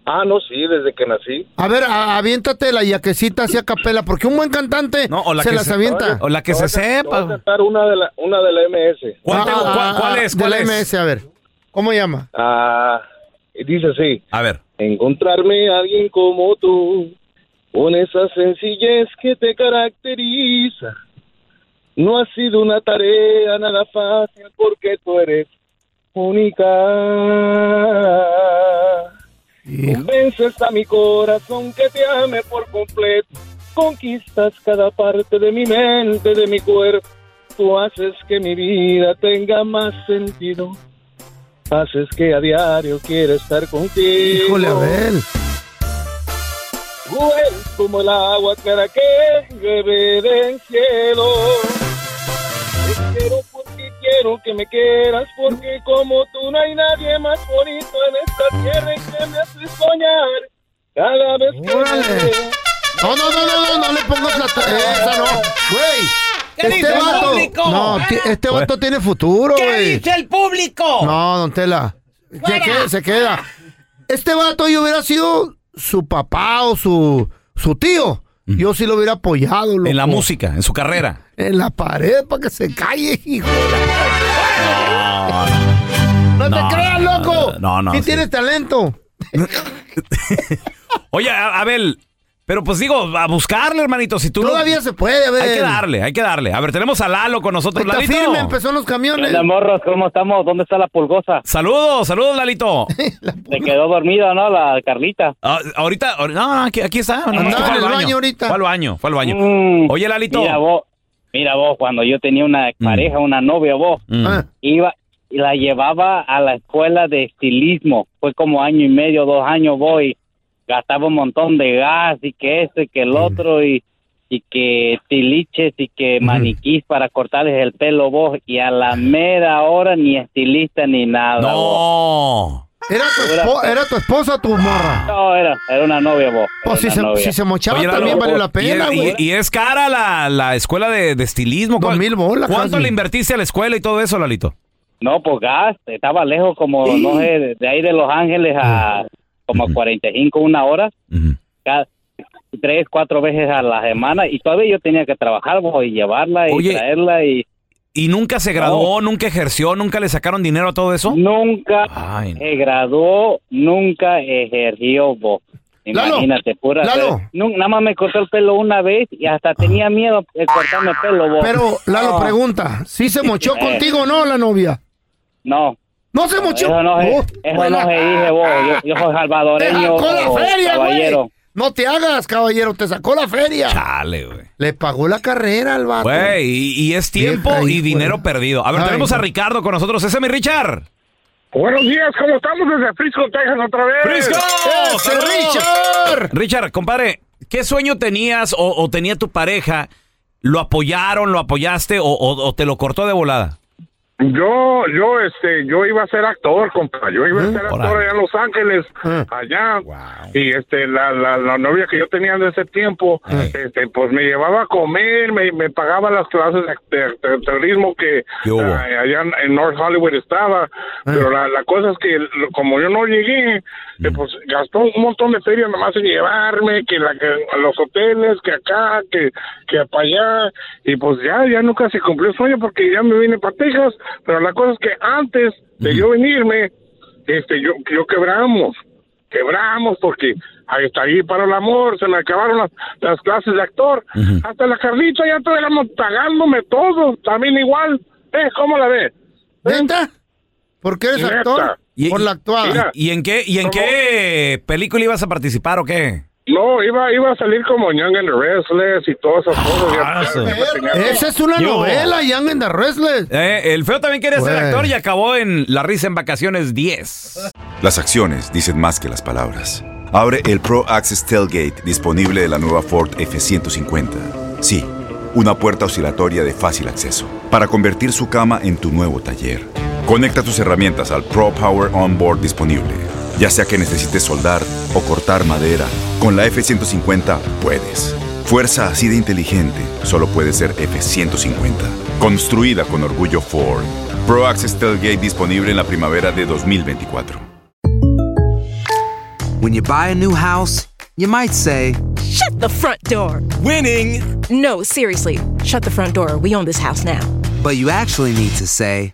Ah, no, sí, desde que nací.
A ver, a- aviéntate la yaquecita hacia capela, porque un buen cantante se las avienta.
O la que se
Te voy a
sepa.
cantar una de la una de la MS.
Ah, ah, ah, de la MS, a ver. ¿Cómo llama?
Ah, y dice así.
A ver.
Encontrarme a alguien como tú, con esa sencillez que te caracteriza. No ha sido una tarea nada fácil porque tú eres única. Convences a mi corazón que te ame por completo. Conquistas cada parte de mi mente, de mi cuerpo. Tú haces que mi vida tenga más sentido. Haces que a diario quiera estar contigo.
Híjole, a ver.
Tú eres como el agua clara que bebe del cielo. Te quiero porque quiero que me quieras, porque como tú no hay nadie más bonito en esta tierra y que me hace soñar cada vez que me veo.
No, no, no, no, no, no le pongas la... ta- Esa no, güey.
¿Qué dice el público?
Este No, ti- este vato tiene futuro,
¿Qué
güey.
dice el público?
No, don Tela. Se
Fuera.
queda, se queda. Este vato yo hubiera sido su papá o su, su tío. Yo sí lo hubiera apoyado,
En la
loco.
música, en su carrera.
En la pared para que se calle, hijo. No,
No,
te creas,
no,
loco.
no, no,
Sí
sí.
tienes talento.
Oye, a- Abel, pero pues digo, a buscarle, hermanito, si tú no-
Todavía se puede, a ver.
Hay que darle, hay que darle. A ver, tenemos a Lalo con nosotros,
Está
Lalito.
firme, empezó en los camiones.
morros? ¿Cómo estamos? ¿Dónde está la pulgosa?
Saludos, saludos, Lalito.
Se quedó dormida, ¿no? La Carlita.
Ah, ahorita, ahor- no, no, aquí, aquí está. nomás que
Andaba
fue
en
al
el baño ahorita.
Fue al baño, fue al baño.
Mm.
Oye, Lalito.
Mira vos, mira vos, cuando yo tenía una pareja, una novia vos,
Mm.
iba y la llevaba a la escuela de estilismo. Fue como año y
Mm.
medio, dos años vos, y gastaba un montón de gas y que esto y que el otro, y y que tiliches y que
Mm.
maniquís para cortarles el pelo vos y a la mera hora ni estilista ni nada.
No.
Era tu, espo- era tu esposa o tu morra.
No, era, era una novia vos.
Pues si se, si se mochaba
Oye, Lalo,
también valió la
y era-
pena,
y,
güey.
y es cara la, la escuela de, de estilismo. ¿Cuál- ¿Cuánto
casi.
le invertiste a la escuela y todo eso, Lalito?
No, pues gas, estaba lejos como, no sé, de- de ahí de Los Ángeles a como a 45, una hora, cada tres, cuatro veces a la semana, y todavía yo tenía que trabajar vos, y llevarla y
Oye,
traerla y...
¿Y nunca se graduó, nunca ejerció, nunca le sacaron dinero a todo eso?
Nunca
Ay,
se graduó, nunca ejerció vos.
Lalo,
Imagínate, pura...
Lalo.
Nun- nada más me cortó el pelo una vez y hasta tenía miedo de cortarme el pelo vos.
Pero, Lalo,
No,
pregunta, ¿sí se mochó
Eh.
contigo o no la novia?
No.
¿No se mochó?
Eso no se,
Oh,
eso
buena-
no se dice vos, yo, yo soy
Te
salvadoreño,
sacó la
oh,
feria,
caballero.
güey. No te hagas, caballero, te sacó la feria.
Chale, güey.
Le pagó la carrera al vato.
Güey, y, y es tiempo
Vieja
y dinero perdido. A ver,
Ay,
tenemos a Ricardo con nosotros. Ese es mi Richard.
Buenos días, ¿cómo estamos desde Frisco, Texas otra vez?
¡Frisco!
¡Ese
Richard! Richard, compadre, ¿qué sueño tenías o, o tenía tu pareja? ¿Lo apoyaron, lo apoyaste o, o- o te lo cortó de volada?
Yo, yo, este, yo iba a ser actor, compa. Yo iba a ser actor
Órale.
allá en Los Ángeles, allá. Y este, la, la, la novia que yo tenía de ese tiempo, este, pues me llevaba a comer, me, me pagaba las clases de, de- de turismo que
¿Qué hubo?
ah, allá en, en North Hollywood estaba. Pero la, la cosa es que lo- como yo no llegué, eh, pues gastó un montón de feria nomás en llevarme, que, la, que a los hoteles, que acá, que, que para allá. Y pues ya, ya nunca se cumplió el sueño porque ya me vine para Texas. Pero la cosa es que antes de yo venirme, este, yo, yo quebramos quebramos porque ahí está ahí para el amor, se me acabaron las, las clases de actor,
Mm.
hasta la Carlita ya estábamos pagándome todo, también igual, ¿eh? ¿Cómo la Eh, ves?
¿Neta? ¿Por qué eres actor? Por la actuada.
¿Y, y en qué, y en qué película ibas a participar o qué?
No, iba, iba a salir como Young and the Restless y todas esas cosas.
Ah,
ya-
Esa es una
Yo.
novela, Young and the Restless.
Eh, el feo también quería ser
Güey.
actor y acabó en La risa en vacaciones 10.
Las acciones dicen más que las palabras. Abre el Pro Access Tailgate disponible de la nueva Ford F-150. Sí, una puerta oscilatoria de fácil acceso para convertir su cama en tu nuevo taller. Conecta tus herramientas al Pro Power Onboard disponible. Ya sea que necesites soldar o cortar madera, con la F-150 puedes. Fuerza así de inteligente solo puede ser F-150. Construida con orgullo Ford. Pro Access Tailgate disponible en la primavera de 2024.
When you buy a new house, you might say,
Shut the front door. Winning. No, seriously. Shut the front door. We own this house now.
but you actually need to say,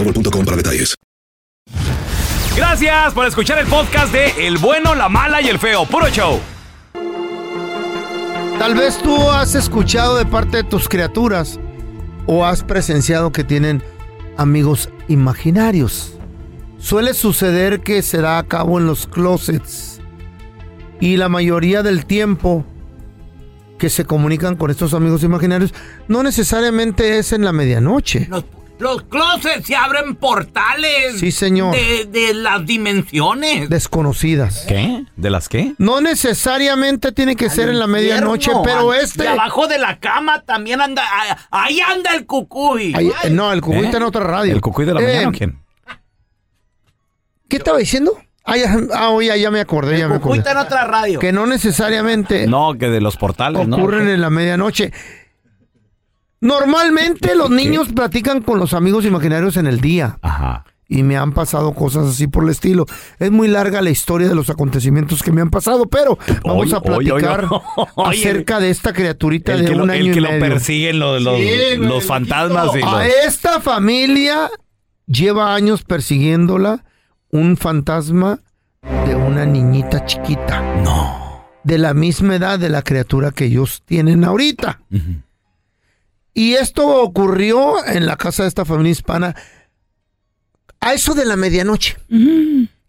para detalles.
Gracias por escuchar el podcast de El bueno, la mala y el feo. Puro show.
Tal vez tú has escuchado de parte de tus criaturas o has presenciado que tienen amigos imaginarios. Suele suceder que se da a cabo en los closets y la mayoría del tiempo que se comunican con estos amigos imaginarios no necesariamente es en la medianoche.
Los closets se abren portales.
Sí, señor.
De, de las dimensiones.
Desconocidas.
¿Qué? ¿De las qué?
No necesariamente tiene que ser en la medianoche,
Infierno,
pero
an-
este...
de abajo de la cama también anda. ah, Ahí anda el cucuy.
Ahí- eh, no, el cucuy está en otra radio.
¿El cucuy de la
Eh,
mañana o quién?
¿Qué estaba diciendo? Ah, ya, ah, oh, ya, ya me acordé, ya me
Cucuy
acordé.
está en otra radio.
Que no necesariamente
No, que de los portales, ¿no?
ocurren en la medianoche. Normalmente los niños platican con los amigos imaginarios en el día. y me han pasado cosas así por el estilo. Es muy larga la historia de los acontecimientos que me han pasado, pero vamos
Oye,
a platicar
oye, oye, oye.
acerca de esta criaturita
El
de
que
un
lo,
año
el
y
que lo
medio.
persiguen los, los,
Sí,
los fantasmas. Y
A
los-
esta familia lleva años persiguiéndola un fantasma de una niñita chiquita. No. De la misma edad de la criatura que ellos tienen ahorita. Y esto ocurrió en la casa de esta familia hispana a eso de la medianoche.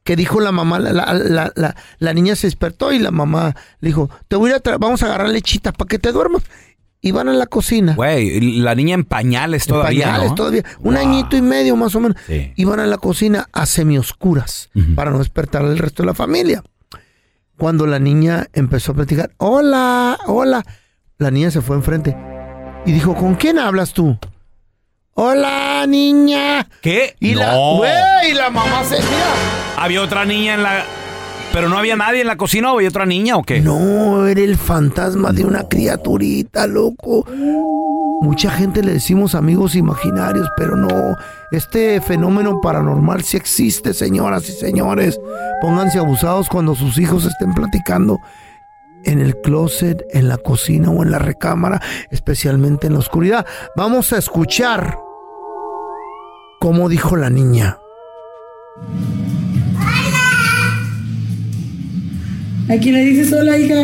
Que dijo la mamá, la, la- la- la- la niña se despertó y la mamá le dijo, te voy a tra- vamos a agarrar lechita para que te duermas. Y van a la cocina
Güey, la niña en pañales todavía.
pañales
¿no?
todavía. Un añito y medio más o menos. Iban a la cocina a semioscuras para no despertar al resto de la familia. Cuando la niña empezó a platicar, hola, hola, la niña se fue enfrente y dijo, ¿con quién hablas tú? Hola, niña.
¿Qué?
Y la,
No.
güey, y la mamá se mira.
Había otra niña en la. Pero no había nadie en la cocina o había otra niña o qué?
No, era el fantasma de una criaturita, loco. Mucha gente le decimos amigos imaginarios, pero no. Este fenómeno paranormal sí existe, señoras y señores. Pónganse abusados cuando sus hijos estén platicando en el closet, en la cocina o en la recámara, especialmente en la oscuridad. Vamos a escuchar cómo dijo la niña.
¿A quién le dices hola, hija?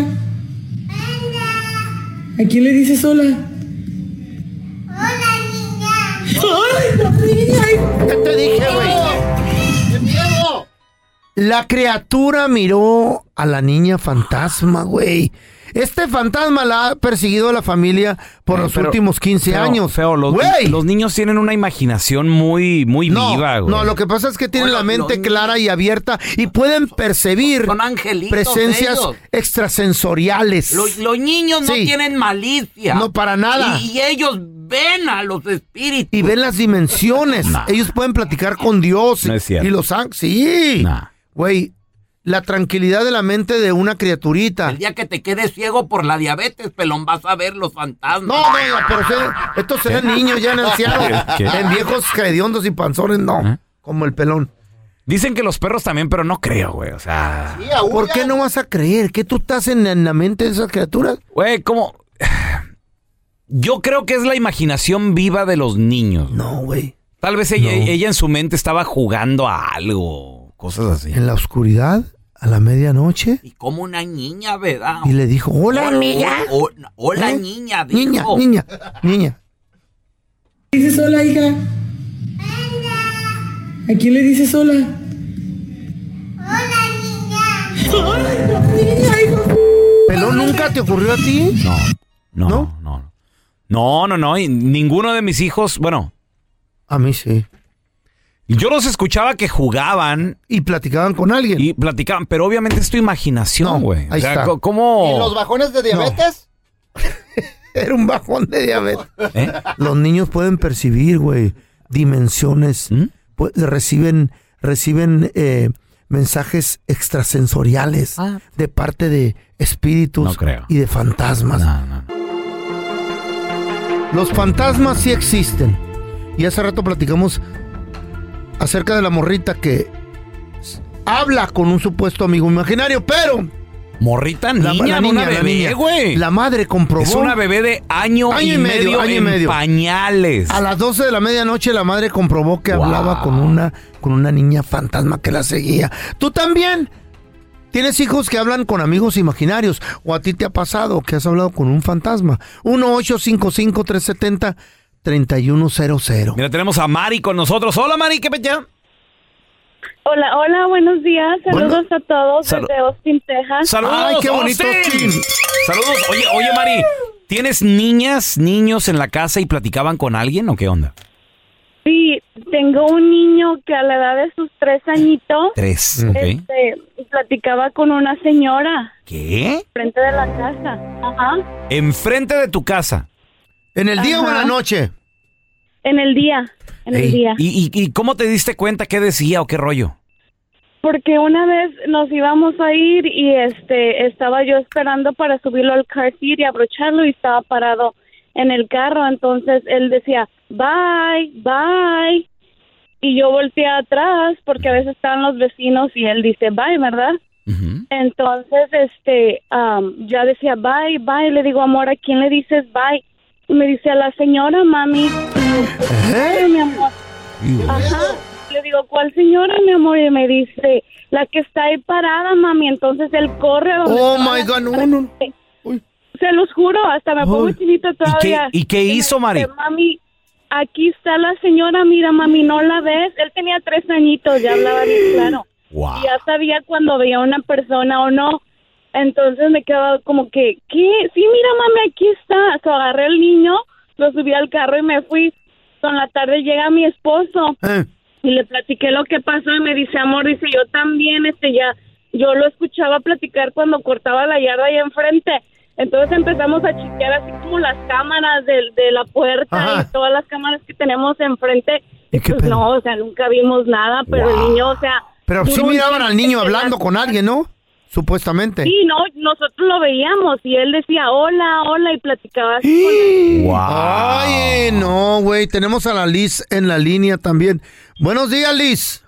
¿A quién le dices hola? ¡Hola, niña! ¡Ay, la niña!
¿Qué te dije, güey?
¡Qué miedo!
La criatura miró a la niña fantasma, güey. Este fantasma la ha perseguido a la familia por los
Pero-
últimos 15
feo,
años.
Feo, los,
Güey.
los niños tienen una imaginación muy, muy viva, güey.
No, lo que pasa es que tienen la mente clara y abierta y pueden percibir presencias
ellos.
extrasensoriales.
Los, los niños no
Sí.
tienen malicia.
No, para nada.
Y, y ellos ven a los espíritus.
y ven las dimensiones. Ellos pueden platicar con Dios
No es cierto.
y los ángeles. Sí. Güey, la tranquilidad de la mente de una criaturita.
El día que te quedes ciego por la diabetes, pelón, vas a ver los fantasmas.
No, no, no, pero se- estos eran niños ya en ancianos,
¿Qué? ¿Eh?
en viejos hediondos y panzones, no, como el pelón.
Dicen que los perros también, pero no creo, güey. O sea.
¿Por qué no vas a creer que tú estás en, en la mente de esas criaturas?
Güey, como. Yo creo que es la imaginación viva de los niños.
No, güey.
Tal vez ella, ella en su mente estaba jugando a algo, cosas así.
En la oscuridad, a la medianoche,
Como una niña, ¿verdad?
y le dijo, hola amiga.
O- o- hola,
¿Eh?
niña. dijo.
Niña, niña, niña.
¿Le dices hola, hija? ¿A quién le dices hola? ¡Hola, niña! ¡Ay, la niña, hijo!
¿Pelón nunca te ocurrió a ti?
No, no, no, no. No, no, no. y Ninguno de mis hijos, bueno.
A mí sí.
Yo los escuchaba que jugaban.
Y platicaban con alguien.
Y platicaban, pero obviamente es tu imaginación, güey.
ahí está.
co- ¿Cómo?
¿Y los bajones de diabetes?
Era un bajón de diabetes.
¿Eh?
Los niños pueden percibir, güey, dimensiones.
¿Mm?
Pu- reciben reciben eh, mensajes extrasensoriales de parte de espíritus
Ah. No creo.
y de fantasmas. Los fantasmas sí existen. Y hace rato platicamos acerca de la morrita que s- habla con un supuesto amigo imaginario, pero...
Morrita niña,
la
una
la
bebé,
niña.
güey.
La madre comprobó...
Es una bebé de año, y, medio, en pañales.
A las 12 de la medianoche la madre comprobó que hablaba con una, con una niña fantasma que la seguía. Tú también tienes hijos que hablan con amigos imaginarios o a ti te ha pasado que has hablado con un fantasma. 1-855-370-3100.
Mira, tenemos a Mari con nosotros. Hola, Mari, ¿qué pecha?
Hola, hola, buenos días. Saludos a todos
Salu-
desde Austin, Texas.
Saludos, Austin. Saludos. Oye, oye, Mari, ¿tienes niñas, niños en la casa y platicaban con alguien o qué onda?
Sí, tengo un niño que a la edad de sus tres añitos
Tres,
Mm.
ok.
este, platicaba con una señora
¿Qué?
frente de la casa. Ajá.
Enfrente de tu casa.
¿En el
día o en la Ajá.
noche?
En el día, en el día.
¿Y, y, y cómo te diste cuenta qué decía o qué rollo?
Porque una vez nos íbamos a ir y este estaba yo esperando para subirlo al car seat y abrocharlo y estaba parado en el carro, entonces él decía, "Bye, bye." y yo volteé atrás porque a veces están los vecinos y él dice bye, ¿verdad? Entonces, este, am, ya decía bye, bye, le digo amor, ¿a quién le dices bye? Y me dice a la señora, mami. Y yo,
¿Eh?
"Ay, mi amor. Ajá. Le digo, ¿cuál señora, mi amor? Y me dice, la que está ahí parada, mami. Entonces él corre. a donde
Oh,
estaba
my
la
God, no,
gente. Se los juro, hasta me pongo
Uy.
chinita todavía.
¿Y qué hizo, Mari?
Dice, mami, aquí está la señora, mira, mami, ¿no la ves? Él tenía tres añitos, ya hablaba bien claro.
Wow.
Y Ya sabía cuando veía a una persona o no. Entonces me quedaba como que, ¿qué? Sí, mira, mami, aquí está. So, agarré el niño, lo subí al carro y me fui. Con la tarde llega mi esposo
Eh.
y le platiqué lo que pasó y me dice, amor, dice, yo también, este, ya, yo lo escuchaba platicar cuando cortaba la yarda ahí enfrente. Entonces empezamos a chequear así como las cámaras del- de, la puerta y todas las cámaras que tenemos enfrente. Y pues no, o sea, nunca vimos nada, pero el niño, o sea...
Pero sí
duró un
miraban al niño
tiempo que
hablando
la-
con alguien, ¿no? Supuestamente.
Sí, no, nosotros lo veíamos y él decía hola, hola y platicaba así con
¡Eh!
él.
Ay, no, güey. Tenemos a la Liz en la línea también. Buenos días, Liz.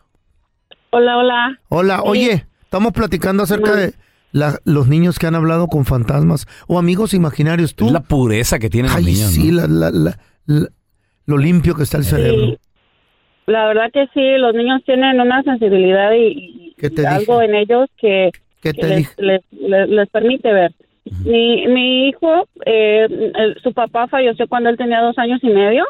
Hola, hola.
Hola,
Sí.
oye, estamos platicando acerca de la- los niños que han hablado con fantasmas o amigos imaginarios. ¿Tú?
La pureza que tienen
Ay,
los niños.
sí, la- la- la- la- lo limpio que está el cerebro.
La verdad que sí, los niños tienen una sensibilidad y, y-
¿Qué te
y algo en ellos que,
¿Qué
que
te
les,
dije?
les- les- les permite ver. Mi, mi hijo, eh, el- su papá falleció cuando él tenía dos años y medio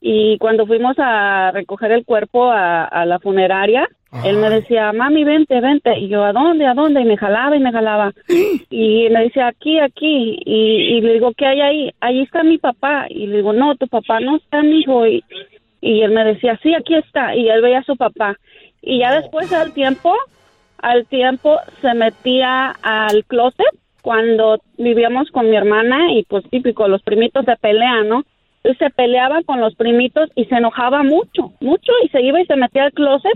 y cuando fuimos a recoger el cuerpo a, a la funeraria, él me decía, mami, vente, vente. Y yo, ¿a dónde, a dónde? Y me jalaba y me jalaba. Y me decía, aquí, aquí. Y, y le digo, ¿qué hay ahí? Ahí está mi papá. Y le digo, no, tu papá no está, mi hijo. Y, y él me decía, sí, aquí está. Y él veía a su papá. Y ya después al tiempo, al tiempo se metía al closet cuando vivíamos con mi hermana y pues típico, los primitos se pelean, ¿no? Y se peleaba con los primitos y se enojaba mucho, mucho y se iba y se metía al closet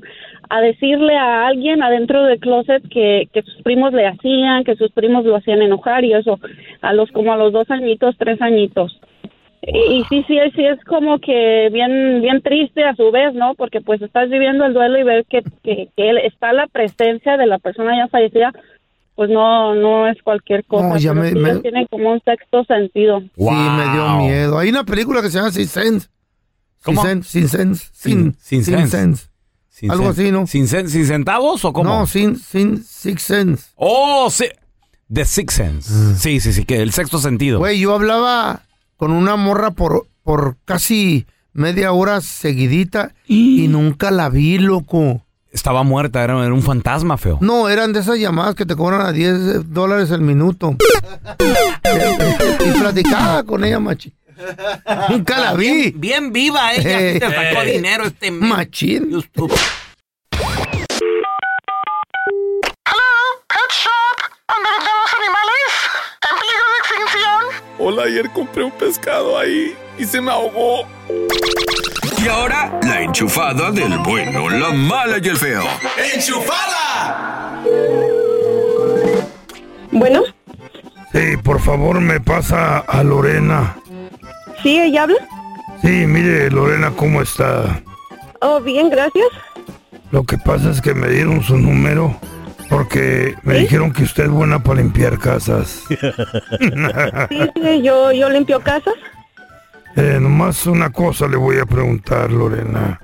a decirle a alguien adentro del closet que, que sus primos le hacían, que sus primos lo hacían enojar y eso, a los como a los dos añitos, tres añitos. Y, y sí, sí, sí, es como que bien, bien triste a su vez, ¿no? Porque pues estás viviendo el duelo y ver que, que, que él- está la presencia de la persona ya fallecida, pues no, no es cualquier cosa.
No, ya
pero
me-
sí
me-
ya Tiene como un sexto sentido.
Sí, me dio miedo. Hay una película que se llama Sin Sense.
¿Cómo?
Sin Sense. Sin Sense. Sin,
Sin
Sin
Sense.
Sense.
Sin
Algo
sen-
así, ¿no?
¿Sin, sen- sin centavos o cómo?
No, sin, sin Six Sense. Ah.
Oh, sí. The Sixth Sense. Sí, sí, sí, que el sexto sentido.
Güey, yo hablaba con una morra por, por casi media hora seguidita y nunca la vi, loco.
Estaba muerta, era, era un fantasma feo.
No, eran de esas llamadas que te cobran a 10 dólares el minuto. y platicaba con ella, machi. Nunca la vi.
Bien, bien viva ella.
Eh.
te sacó
Eh.
dinero este mes.
Machín.
Pet Shop, donde vendemos animales en peligro de extinción.
Hola, ayer compré un pescado ahí y se me ahogó.
Y ahora, la enchufada del bueno, la mala y el feo.
Bueno,
Sí, por favor, me pasa a Lorena.
sí, ella habla.
Sí, mire, Lorena, ¿cómo está?
Oh, bien, gracias.
Lo que pasa es que me dieron su número porque me dijeron que usted es buena para limpiar casas.
Sí, sí, Eh, yo, yo limpio casas.
Eh, nomás una cosa le voy a preguntar, Lorena.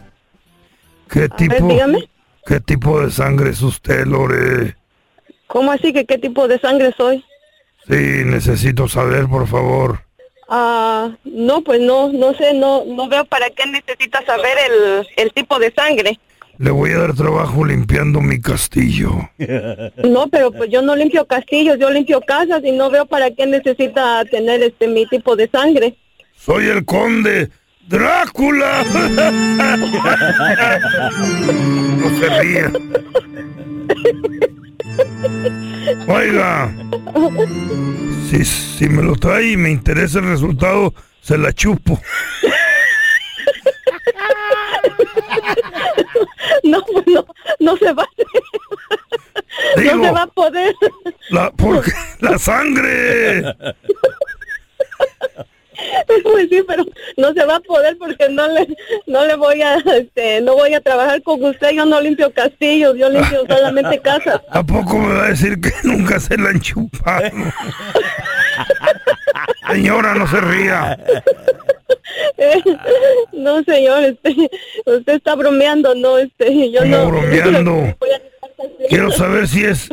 ¿Qué tipo,
dígame.
¿Qué tipo de sangre es usted, Lore?
¿Cómo así que qué tipo de sangre soy?
Sí, necesito saber, por favor.
Ah, no, pues no, no sé, no, no veo para qué necesitas saber el, el tipo de sangre.
Le voy a dar trabajo limpiando mi castillo.
No, pero pues yo no limpio castillos, yo limpio casas y no veo para qué necesita tener este mi tipo de sangre.
Soy el conde Drácula. no se ría. Oiga, si, si me lo trae y me interesa el resultado, se la chupo.
No, pues no, no se va, a- no se
Digo,
va a poder.
la, porque la sangre.
Pues sí, pero no se va a poder porque no le, no le voy a, este, no voy a trabajar con usted, yo no limpio castillos, yo limpio solamente casas.
¿A poco me va a decir que nunca se la han chupado? Señora, no se ría.
Eh, no señor, este, usted está bromeando, no, este, yo
Como
no.
bromeando. Quiero saber si es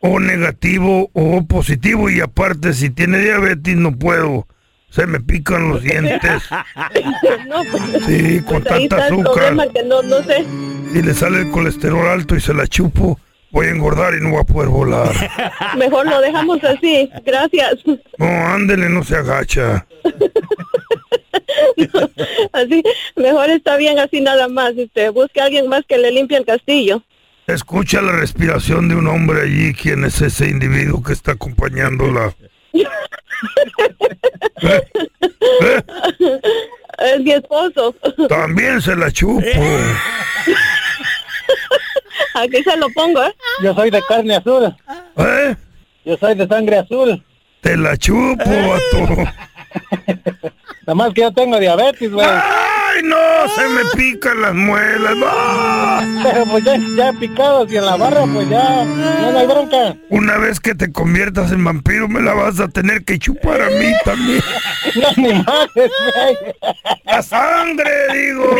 O negativo o O positivo. Y aparte, si tiene diabetes, no puedo. Se me pican los dientes.
No, pues,
Sí, con
pues ahí
tanta
está el
azúcar.
problema que no, no sé.
Si le sale el colesterol alto y se la chupo, voy a engordar y no voy a poder volar.
Mejor lo dejamos así. Gracias.
No, ándele, no se agacha.
Así, mejor está bien así nada más. Este, busque a alguien más que le limpie el castillo.
Escucha la respiración de un hombre allí. ¿Quién es ese individuo que está acompañándola?
Es mi esposo.
También se la chupo.
Aquí se lo pongo, ¿eh?
Yo soy de carne azul.
¿Eh?
Yo soy de sangre azul.
Te la chupo, vato.
Nada más que yo tengo diabetes, güey.
¡Ay, no! Se me pican las muelas.
Pero pues ya, ya picados y en la barra, pues ya, ya no hay bronca.
Una vez que te conviertas en vampiro, me la vas a tener que chupar a mí también. ¡La sangre, digo!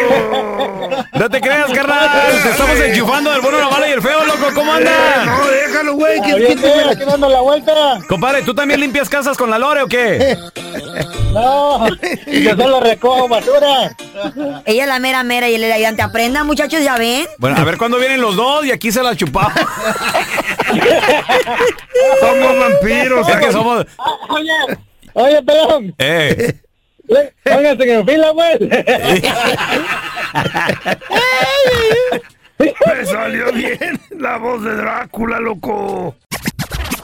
No te creas, carnal. Te estamos enchufando del bueno, la mala y el feo, loco.
Eh,
¿Cómo andas?
Eh, no, déjalo, güey.
Que estoy dando la vuelta.
Compadre, ¿tú también limpias casas con la lore o qué?
No, yo solo recojo basura.
Ella es la mera mera y el elegante. Aprendan, muchachos, ya ven.
Bueno, a ver cuándo vienen los dos y aquí se la chupamos.
somos vampiros.
Es que somos...
Ah, Oye, oye, pelón.
Eh.
Le- Pónganse en fila, pues.
Me salió bien la voz de Drácula, loco.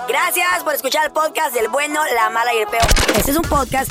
Gracias por escuchar el podcast del bueno, la mala y el peor. Este es un podcast